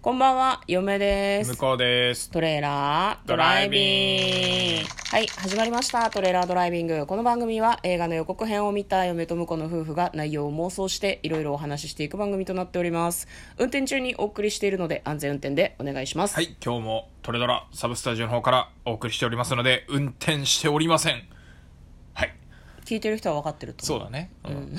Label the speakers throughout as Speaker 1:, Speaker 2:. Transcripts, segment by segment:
Speaker 1: こんばんは、嫁です
Speaker 2: 向。こうです。
Speaker 1: トレーラードライビング。はい、始まりました。トレーラードライビング。この番組は映画の予告編を見た嫁と婿の夫婦が内容を妄想していろいろお話ししていく番組となっております。運転中にお送りしているので安全運転でお願いします。
Speaker 2: は。い、今日もトレドラサブスタジオの方からお送りしておりますので、運転しておりません。はい。
Speaker 1: 聞いてる人は分かってると
Speaker 2: そう
Speaker 1: う。
Speaker 2: だね。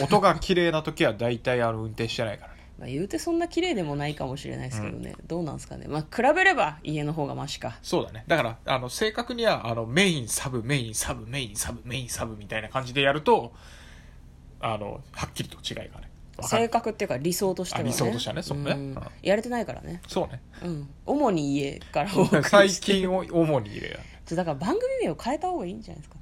Speaker 2: 音が綺麗な時は大体あの運転してないからね。
Speaker 1: まあ、言うてそんな綺麗でもないかもしれないですけどね。どうなんですかね。まあ、比べれば家の方がマシか。
Speaker 2: そうだね。だから、あの、正確には、あの、メイン、サブ、メイン、サブ、メイン、サブ、メイン、サブみたいな感じでやると、あの、はっきりと違いがね。わか
Speaker 1: 性
Speaker 2: る
Speaker 1: 格っていうか理想としてはね。
Speaker 2: あ理想としてはねそうんねうん
Speaker 1: やれてないからね。
Speaker 2: そうね。
Speaker 1: うん。主に家からお送りして
Speaker 2: 最近を主に入れや。
Speaker 1: ちょだから番組名を変えた方がいいんじゃないですか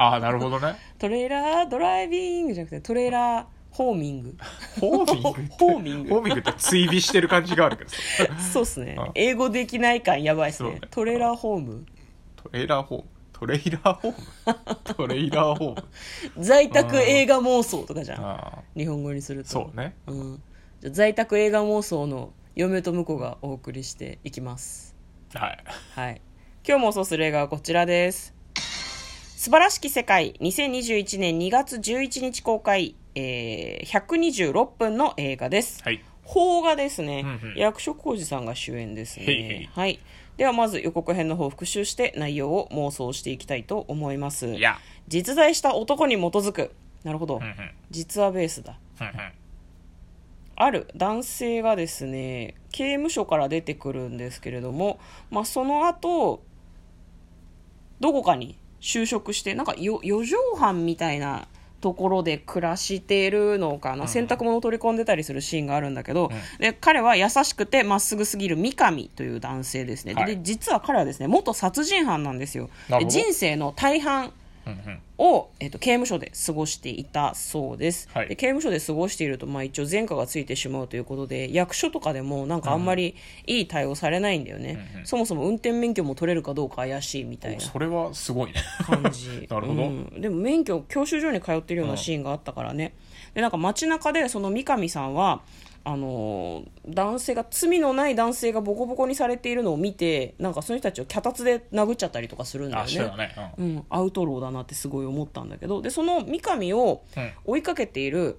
Speaker 2: ああ、なるほどね。
Speaker 1: トレーラードライビングじゃなくてトレーラーホーミング
Speaker 2: ホーミングって。
Speaker 1: ホーミング
Speaker 2: ホーミングって追尾してる感じがあるけどさ。
Speaker 1: そうっすね
Speaker 2: うん
Speaker 1: 英語できない感やばいっすね
Speaker 2: そうね
Speaker 1: トレーラーホーム
Speaker 2: トレーラーホームトレーラーホー ムトレーラーホーム
Speaker 1: 在宅映画妄想とかじゃん
Speaker 2: ああ
Speaker 1: 日本語にすると
Speaker 2: そうね
Speaker 1: うん、じゃあ在宅映画妄想の嫁と婿がお送りしていきます
Speaker 2: はい
Speaker 1: はい今日妄想する映画はこちらです素晴らしき世界2021年2月11日公開、えー、126分の映画です
Speaker 2: はい
Speaker 1: 邦画ですね、
Speaker 2: うんうん
Speaker 1: 役所広司さんが主演ですね
Speaker 2: へいへい
Speaker 1: はい、ではまず予告編の方を復習して内容を妄想していきたいと思います
Speaker 2: いや
Speaker 1: 実在した男に基づくなるほど、
Speaker 2: うんうんうん
Speaker 1: 実話ベースだ
Speaker 2: うん
Speaker 1: ある男性がですね刑務所から出てくるんですけれども、まあ、その後どこかに就職してなんかよ余剰飯みたいなところで暮らしてるのかな、洗濯物を取り込んでたりするシーンがあるんだけど、で彼は優しくてまっすぐすぎる三上という男性ですね、
Speaker 2: はい
Speaker 1: で実は彼はですね元殺人犯なんですよ
Speaker 2: な
Speaker 1: で
Speaker 2: るほど
Speaker 1: 人生の大半
Speaker 2: うんうん
Speaker 1: を、えっと刑務所で過ごしていたそうです、
Speaker 2: はい
Speaker 1: で刑務所で過ごしていると、まあ、一応前科がついてしまうということで役所とかでもなんかあんまりいい対応されないんだよね、そもそも運転免許も取れるかどうか怪しいみたい
Speaker 2: お
Speaker 1: な
Speaker 2: それはすごいね
Speaker 1: 感じ
Speaker 2: なるほど
Speaker 1: うんでも免許教習所に通ってるようなシーンがあったからね、でなんか街中でその三上さんはあのー男性が罪のない男性がボコボコにされているのを見てなんかその人たちを脚立で殴っちゃったりとかするんだよ
Speaker 2: あ
Speaker 1: ね
Speaker 2: そうだねうん
Speaker 1: うん、アウトローだなってすごい思ったんだけどでその三上を
Speaker 2: うん
Speaker 1: 追いかけている、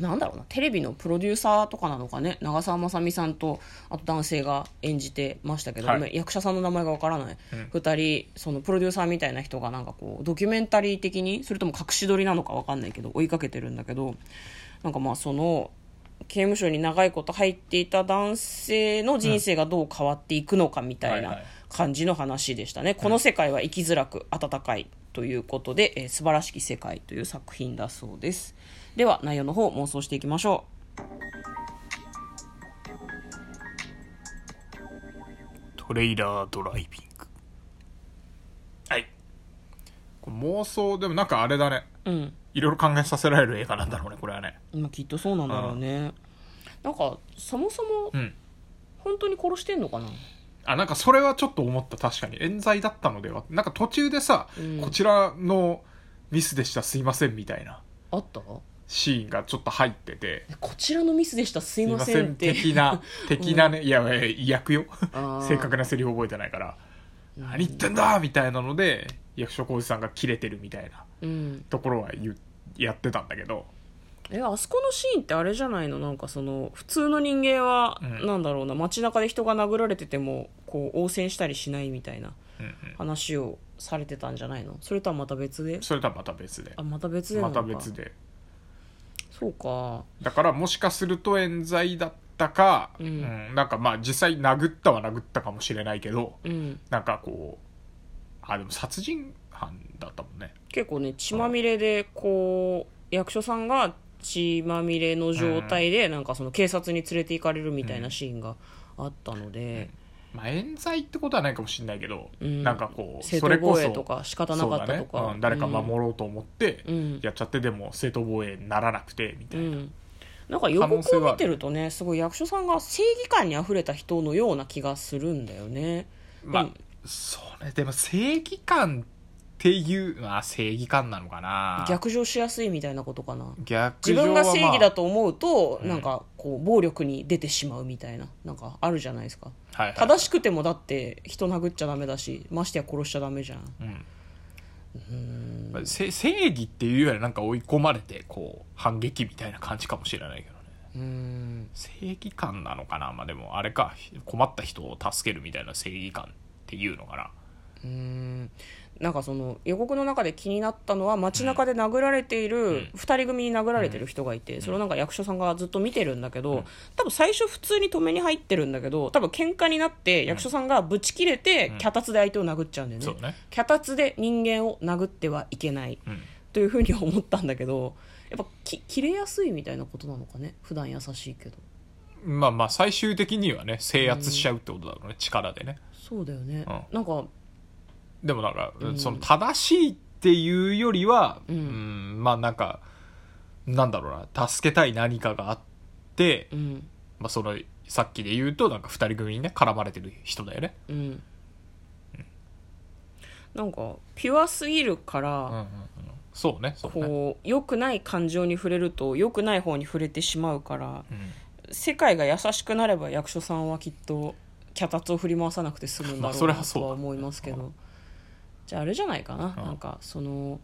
Speaker 1: なんだろうなテレビのプロデューサーとかなのかね長澤まさみさんとあと男性が演じてましたけど、
Speaker 2: はい
Speaker 1: ごめん役者さんの名前がわからない、2人そのプロデューサーみたいな人がなんかこうドキュメンタリー的にそれとも隠し撮りなのかわかんないけど追いかけてるんだけどなんかまあその刑務所に長いこと入っていた男性の人生がどう変わっていくのかみたい
Speaker 2: うんは
Speaker 1: ない
Speaker 2: はい
Speaker 1: 感じの話でしたね、この世界は生きづらく温かいということで、えー素晴らしき世界という作品だそうですでは内容の方妄想していきましょ
Speaker 2: トレーラードライビングはいこれ妄想でもなんかあれだね
Speaker 1: ううん
Speaker 2: いろいろ考えさせられる映画なんだろうねこれはね
Speaker 1: まあきっとそうなんだろうねなんかそもそも
Speaker 2: うん
Speaker 1: 本当に殺してんのかな
Speaker 2: あなんかそれはちょっと思った確かに冤罪だったのではなんか途中でさ、
Speaker 1: うん
Speaker 2: こちらのミスでしたすいませんみたいな
Speaker 1: あった
Speaker 2: シーンがちょっと入ってて
Speaker 1: えこちらのミスでしたすい
Speaker 2: すい
Speaker 1: ま
Speaker 2: ま
Speaker 1: せ
Speaker 2: せ
Speaker 1: んっ
Speaker 2: ん
Speaker 1: て
Speaker 2: 的な的なね、いやいや役よ
Speaker 1: あー
Speaker 2: 正確なセリフ覚えてないから何言ってんだみたいなので役所広司さんがキレてるみたいな
Speaker 1: うん
Speaker 2: ところは言うやってたんだけど
Speaker 1: えあそこのシーンってあれじゃないのなんかその普通の人間は、
Speaker 2: うん
Speaker 1: なんだろうな街中で人が殴られててもこう応戦したりしないみたいな
Speaker 2: うんうん
Speaker 1: 話をされてたんじゃないのそれとはまた別で
Speaker 2: それとはまた別で
Speaker 1: あまた別でな
Speaker 2: ま
Speaker 1: のか
Speaker 2: た別で
Speaker 1: そうか
Speaker 2: だからもしかすると冤罪だったか、
Speaker 1: うん
Speaker 2: うんなんかまあ実際殴ったは殴ったかもしれないけど
Speaker 1: うん
Speaker 2: なんかこうあでも殺人犯だったもんね
Speaker 1: 結構ね血まみれでこう役所さんが血まみれの状態で、なんかその警察に連れて行かれるみたいなシーンがあったので、
Speaker 2: まあ冤罪ってことはないかもしれないけど、
Speaker 1: うん
Speaker 2: なんかこう
Speaker 1: 正
Speaker 2: そ
Speaker 1: 当
Speaker 2: れこ
Speaker 1: 防衛
Speaker 2: そ
Speaker 1: とか仕方なかったと
Speaker 2: そうだ
Speaker 1: か、
Speaker 2: ねうん誰か守ろうと思って
Speaker 1: うん
Speaker 2: やっちゃってでも正当防衛にならなくてみた
Speaker 1: う
Speaker 2: いな、
Speaker 1: ん、なんか予
Speaker 2: 可能性
Speaker 1: 告を
Speaker 2: はある
Speaker 1: 見てるとねすごい役所さんが正義感にあふれた人のような気がするんだよね
Speaker 2: まあ、
Speaker 1: うん
Speaker 2: そうねでも正義感っていう、まあ、正義感なのかな
Speaker 1: 逆上しやすいみたいなことかな
Speaker 2: 逆
Speaker 1: 自
Speaker 2: 上
Speaker 1: 分
Speaker 2: は
Speaker 1: が正義だと思うと、
Speaker 2: うん
Speaker 1: なんかこう暴力に出てしまうみたいななんかあるじゃないですか
Speaker 2: まあはいはい
Speaker 1: 正しくてもだって人殴っちゃダメだしましてや殺しちゃダメじゃん
Speaker 2: うんまあせ正義っていうよりはなんか追い込まれてこう反撃みたいな感じかもしれないけどね
Speaker 1: うん
Speaker 2: 正義感なのかなまあでもあれか困った人を助けるみたいな正義感っていうのかな
Speaker 1: うんなんかその予告の中で気になったのは街中で殴られている2人組に殴られてる人がいてそれをなんか役所さんがずっと見てるんだけど多分最初普通に止めに入ってるんだけど多分喧嘩になって役所さんがぶち切れて脚立で相手を殴っちゃうんだよね
Speaker 2: そうね
Speaker 1: 脚立で人間を殴ってはいけない
Speaker 2: うん
Speaker 1: というふうに思ったんだけどやっぱき切れやすいみたいなことなのかね普段優しいけど
Speaker 2: まあまあ最終的にはね制圧しちゃうってことだろうね、力でね
Speaker 1: そうだよね、
Speaker 2: う
Speaker 1: なんか
Speaker 2: でもなんか、その正しいっていうよりは、
Speaker 1: うん
Speaker 2: うんまあなんかなんだろうな助けたい何かがあって、
Speaker 1: うん
Speaker 2: まあ、そのさっきで言うとなんか二人組にね絡まれてる人だよね、
Speaker 1: うんなんかピュアすぎるか
Speaker 2: うんうんう
Speaker 1: ら、
Speaker 2: ん、そうねそうね、
Speaker 1: こう良くない感情に触れると良くない方に触れてしまうから
Speaker 2: うん
Speaker 1: 世界が優しくなれば役所さんはきっと脚立を振り回さなくて済むんだ
Speaker 2: まあそ
Speaker 1: ろう
Speaker 2: れ
Speaker 1: な
Speaker 2: はそう
Speaker 1: と
Speaker 2: だ
Speaker 1: は思いますけど、じゃああれじゃないかな、
Speaker 2: うん
Speaker 1: なんかその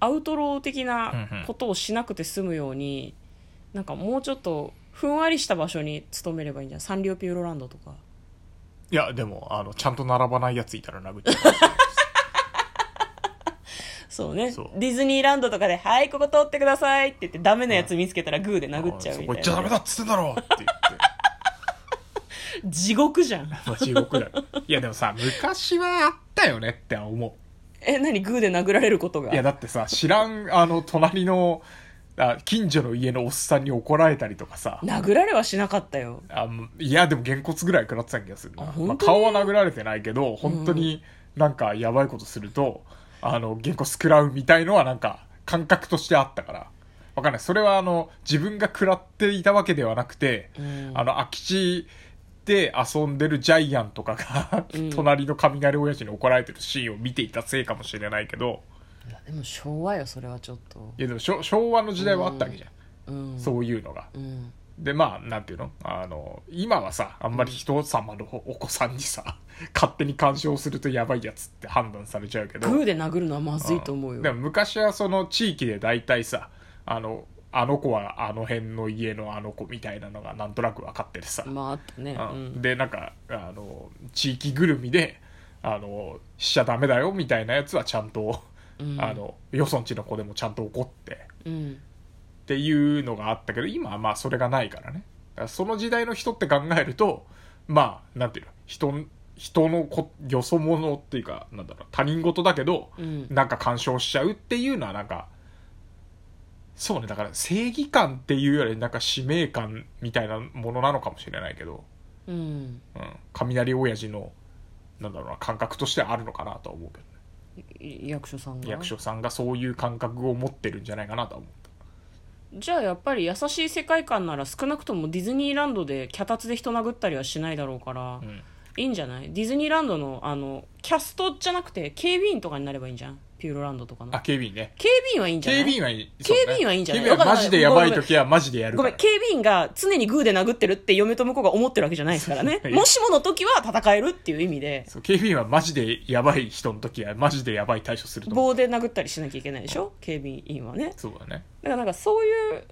Speaker 1: アウトロー的な
Speaker 2: うんうん
Speaker 1: ことをしなくて済むように、なんかもうちょっとふんわりした場所に勤めればいいんじゃないサンリオピューロランドとか
Speaker 2: いやでもあのちゃんと並ばないやついたら殴っちゃ
Speaker 1: そうね
Speaker 2: そう
Speaker 1: ディズニーランドとかで「はいここ通ってください」って言ってダメなやつ見つけたらグーで
Speaker 2: う
Speaker 1: 殴っちゃう
Speaker 2: そ
Speaker 1: み
Speaker 2: こ
Speaker 1: たい
Speaker 2: 行っちゃダ
Speaker 1: な
Speaker 2: メだっつってんだろって言って
Speaker 1: 地獄じゃん
Speaker 2: まあ地獄だよいやでもさ昔はあったよねって思う
Speaker 1: え何グーで殴られることが
Speaker 2: いやだってさ知らんあの隣のあ近所の家のおっさんに怒られたりとかさ
Speaker 1: 殴られはしなかったよ
Speaker 2: あもういやでもげんこつぐらい食らってた気がするな
Speaker 1: あ本当
Speaker 2: まあ、顔は殴られてないけど本当になんかやばいことすると、あのげんこつ食らうみたいのはなんか感覚としてあったからわかんないそれはあの自分が食らっていたわけではなくて、
Speaker 1: ん
Speaker 2: あの空き地で遊んでるジャイアンとかが 隣の雷親父に怒られてるシーンを見ていたせいかもしれないけど
Speaker 1: でも昭和よそれはちょっと
Speaker 2: いやでもしょ昭和の時代はあったわけじゃん、
Speaker 1: うん
Speaker 2: そういうのが。
Speaker 1: うん
Speaker 2: で、まあ、なんていうのあの、今はさ、あんまり人様のお子さんにさ、 勝手に干渉するとやばいやつって判断されちゃうけど。
Speaker 1: グーで殴るのはまずいと思うよ
Speaker 2: でも昔はその地域で大体さ、あの、あの子はあの辺の家のあの子みたいなのがなんとなく分かってるさ。
Speaker 1: まああったね
Speaker 2: うん
Speaker 1: うん
Speaker 2: で、なんか、あの、地域ぐるみで、あの、しちゃダメだよみたいなやつはちゃんと、
Speaker 1: うん
Speaker 2: あの、よそんちの子でもちゃんと怒って。
Speaker 1: うん
Speaker 2: っていうのがあったけど今はまあそれがないからねだからその時代の人って考えるとまあなんていうの人ん人のこよそ者っていうかなんだろう他人事だけど、
Speaker 1: うん
Speaker 2: なんか干渉しちゃうっていうのはなんかそうねだから正義感っていうよりなんか使命感みたいなものなのかもしれないけど、
Speaker 1: うん
Speaker 2: うん、雷親父のなんだろうな感覚としてはあるのかなとは思うけど、ね
Speaker 1: い役所さんが
Speaker 2: 役所さんがそういう感覚を持ってるんじゃないかなとは思った
Speaker 1: じゃあやっぱり優しい世界観なら少なくともディズニーランドで脚立で人殴ったりはしないだろうから、
Speaker 2: ん
Speaker 1: いいんじゃないディズニーランドのあのキャストじゃなくて警備員とかになればいいんじゃんピューロランドとかの
Speaker 2: あ警備員ね
Speaker 1: 警備員はいいんじゃな
Speaker 2: 警
Speaker 1: い
Speaker 2: 備員はいい、
Speaker 1: 警備員はいいんじゃない
Speaker 2: 警備員はマジでやば
Speaker 1: わ
Speaker 2: い
Speaker 1: かんない
Speaker 2: 時はマジでやる
Speaker 1: ご
Speaker 2: か
Speaker 1: め
Speaker 2: ら
Speaker 1: ん、警備員が常にグーで殴ってるって嫁と向こうが思ってるわけじゃないですからね
Speaker 2: い。や
Speaker 1: もしもの時は戦えるっていう意味で、
Speaker 2: そう警備員はマジでやばい人の時はマジでやばい対処すると思う
Speaker 1: 棒で殴ったりしなきゃいけないでしょ警備員はね。
Speaker 2: そうだね
Speaker 1: だからなんかそういう、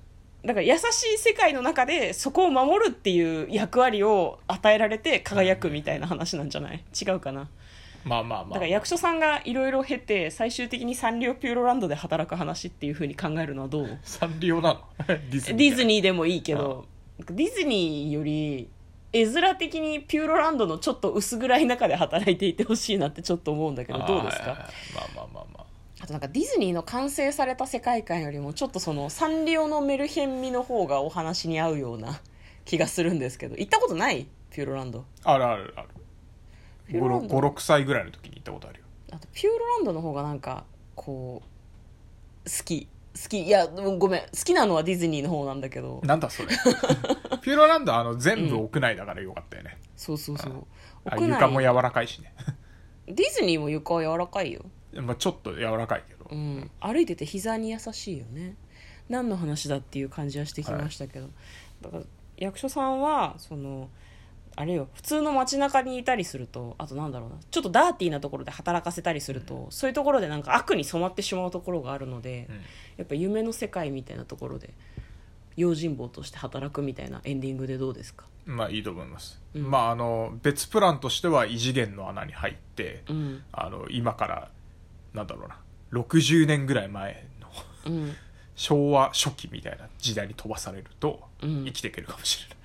Speaker 1: だから優しい世界の中でそこを守るっていう役割を与えられて輝くみたいな話なんじゃない違うかな。
Speaker 2: まあまあ
Speaker 1: だ
Speaker 2: ま
Speaker 1: か
Speaker 2: あ
Speaker 1: ら役所さんがいろいろ経て、最終的にサンリオピューロランドで働く話っていうふうに考えるのはどう
Speaker 2: サンリオ なのディズ
Speaker 1: デ
Speaker 2: ニー
Speaker 1: ィズニーでもいいけど、ディズニーより絵面的にピューロランドのちょっと薄暗い中で働いていてほしいなってちょっと思うんだけど
Speaker 2: あー
Speaker 1: どうです
Speaker 2: はいはい
Speaker 1: か
Speaker 2: はいまあまあまあま
Speaker 1: あとなんかディズニーの完成された世界観よりもちょっとそのサンリオのメルヘン味の方がお話に合うような気がするんですけど行ったことないピューロランド
Speaker 2: ああるあるある
Speaker 1: ピューロランド
Speaker 2: 56歳ぐらいの時に行ったことあるよ
Speaker 1: あとピューロランドの方がなんかこう好き好きいやうんごめん好きなのはディズニーの方なんだけど
Speaker 2: なんだそれ ピューロランドはあの全部屋内だからよかったよね、
Speaker 1: そうそうそう
Speaker 2: あ
Speaker 1: 屋内
Speaker 2: 床も柔らかいしね
Speaker 1: ディズニーも床は柔らかいよ
Speaker 2: まあ、ちょっと柔らかいけど、
Speaker 1: うん、歩いてて膝に優しいよね何の話だっていう感じはしてきましたけど、だから役所さんはそのあれよ普通の街中にいたりするとあとなんだろうなちょっとダーティーなところで働かせたりすると、そういうところでなんか悪に染まってしまうところがあるので、
Speaker 2: うん
Speaker 1: やっぱ夢の世界みたいなところで用心棒として働くみたいなエンディングでどうですか、
Speaker 2: まあいいと思います、
Speaker 1: うん
Speaker 2: まああの別プランとしては異次元の穴に入って、
Speaker 1: うん
Speaker 2: あの今からなんだろうな60年ぐらい前の
Speaker 1: うん、
Speaker 2: 昭和初期みたいな時代に飛ばされると、
Speaker 1: うん
Speaker 2: 生きていけるかもしれない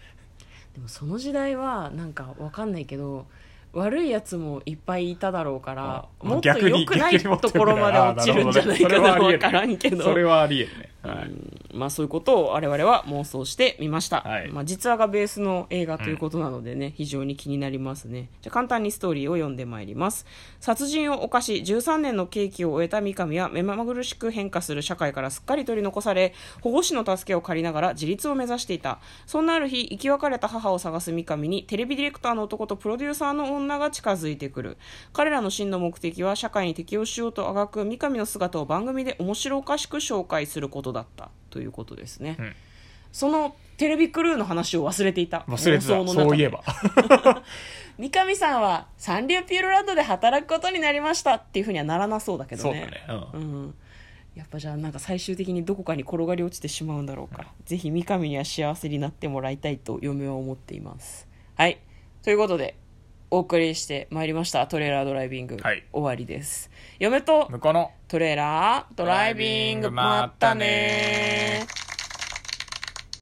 Speaker 1: でもその時代はなんかわかんないけど悪いやつもいっぱいいただろうから
Speaker 2: うん
Speaker 1: もっと
Speaker 2: 逆に
Speaker 1: 良くない
Speaker 2: 逆に持って
Speaker 1: と
Speaker 2: くる
Speaker 1: ころまで落ちるんじゃないか
Speaker 2: あな
Speaker 1: な
Speaker 2: るほど
Speaker 1: わ
Speaker 2: ね
Speaker 1: からんけど
Speaker 2: それはありえるね、はい
Speaker 1: まあそういうことを我々は妄想してみました、
Speaker 2: はい
Speaker 1: まあ、実話がベースの映画ということなのでね、非常に気になりますねじゃあ簡単にストーリーを読んでまいります殺人を犯し13年の刑期を終えた三上は目まぐるしく変化する社会からすっかり取り残され保護士の助けを借りながら自立を目指していたそんなある日生き別れた母を探す三上にテレビディレクターの男とプロデューサーの女が近づいてくる彼らの真の目的は社会に適応しようとあがく三上の姿を番組で面白おかしく紹介することだったということですね、
Speaker 2: ん
Speaker 1: そのテレビクルーの話を忘れていた
Speaker 2: 忘れて
Speaker 1: 妄想の中
Speaker 2: た
Speaker 1: で
Speaker 2: そういえば
Speaker 1: 三上さんは三流ピューロランドで働くことになりましたっていうふうにはならなそうだけど
Speaker 2: そう
Speaker 1: ね
Speaker 2: だね、うん
Speaker 1: うん、やっぱじゃあなんか最終的にどこかに転がり落ちてしまうんだろうか、ぜひ三上には幸せになってもらいたいと嫁は思っていますはいということでお送りしてまいりましたトレーラードライビング、
Speaker 2: はい
Speaker 1: 終わりです嫁と
Speaker 2: 向こうの
Speaker 1: トレーラードライビング
Speaker 2: ドライビング
Speaker 1: まったねー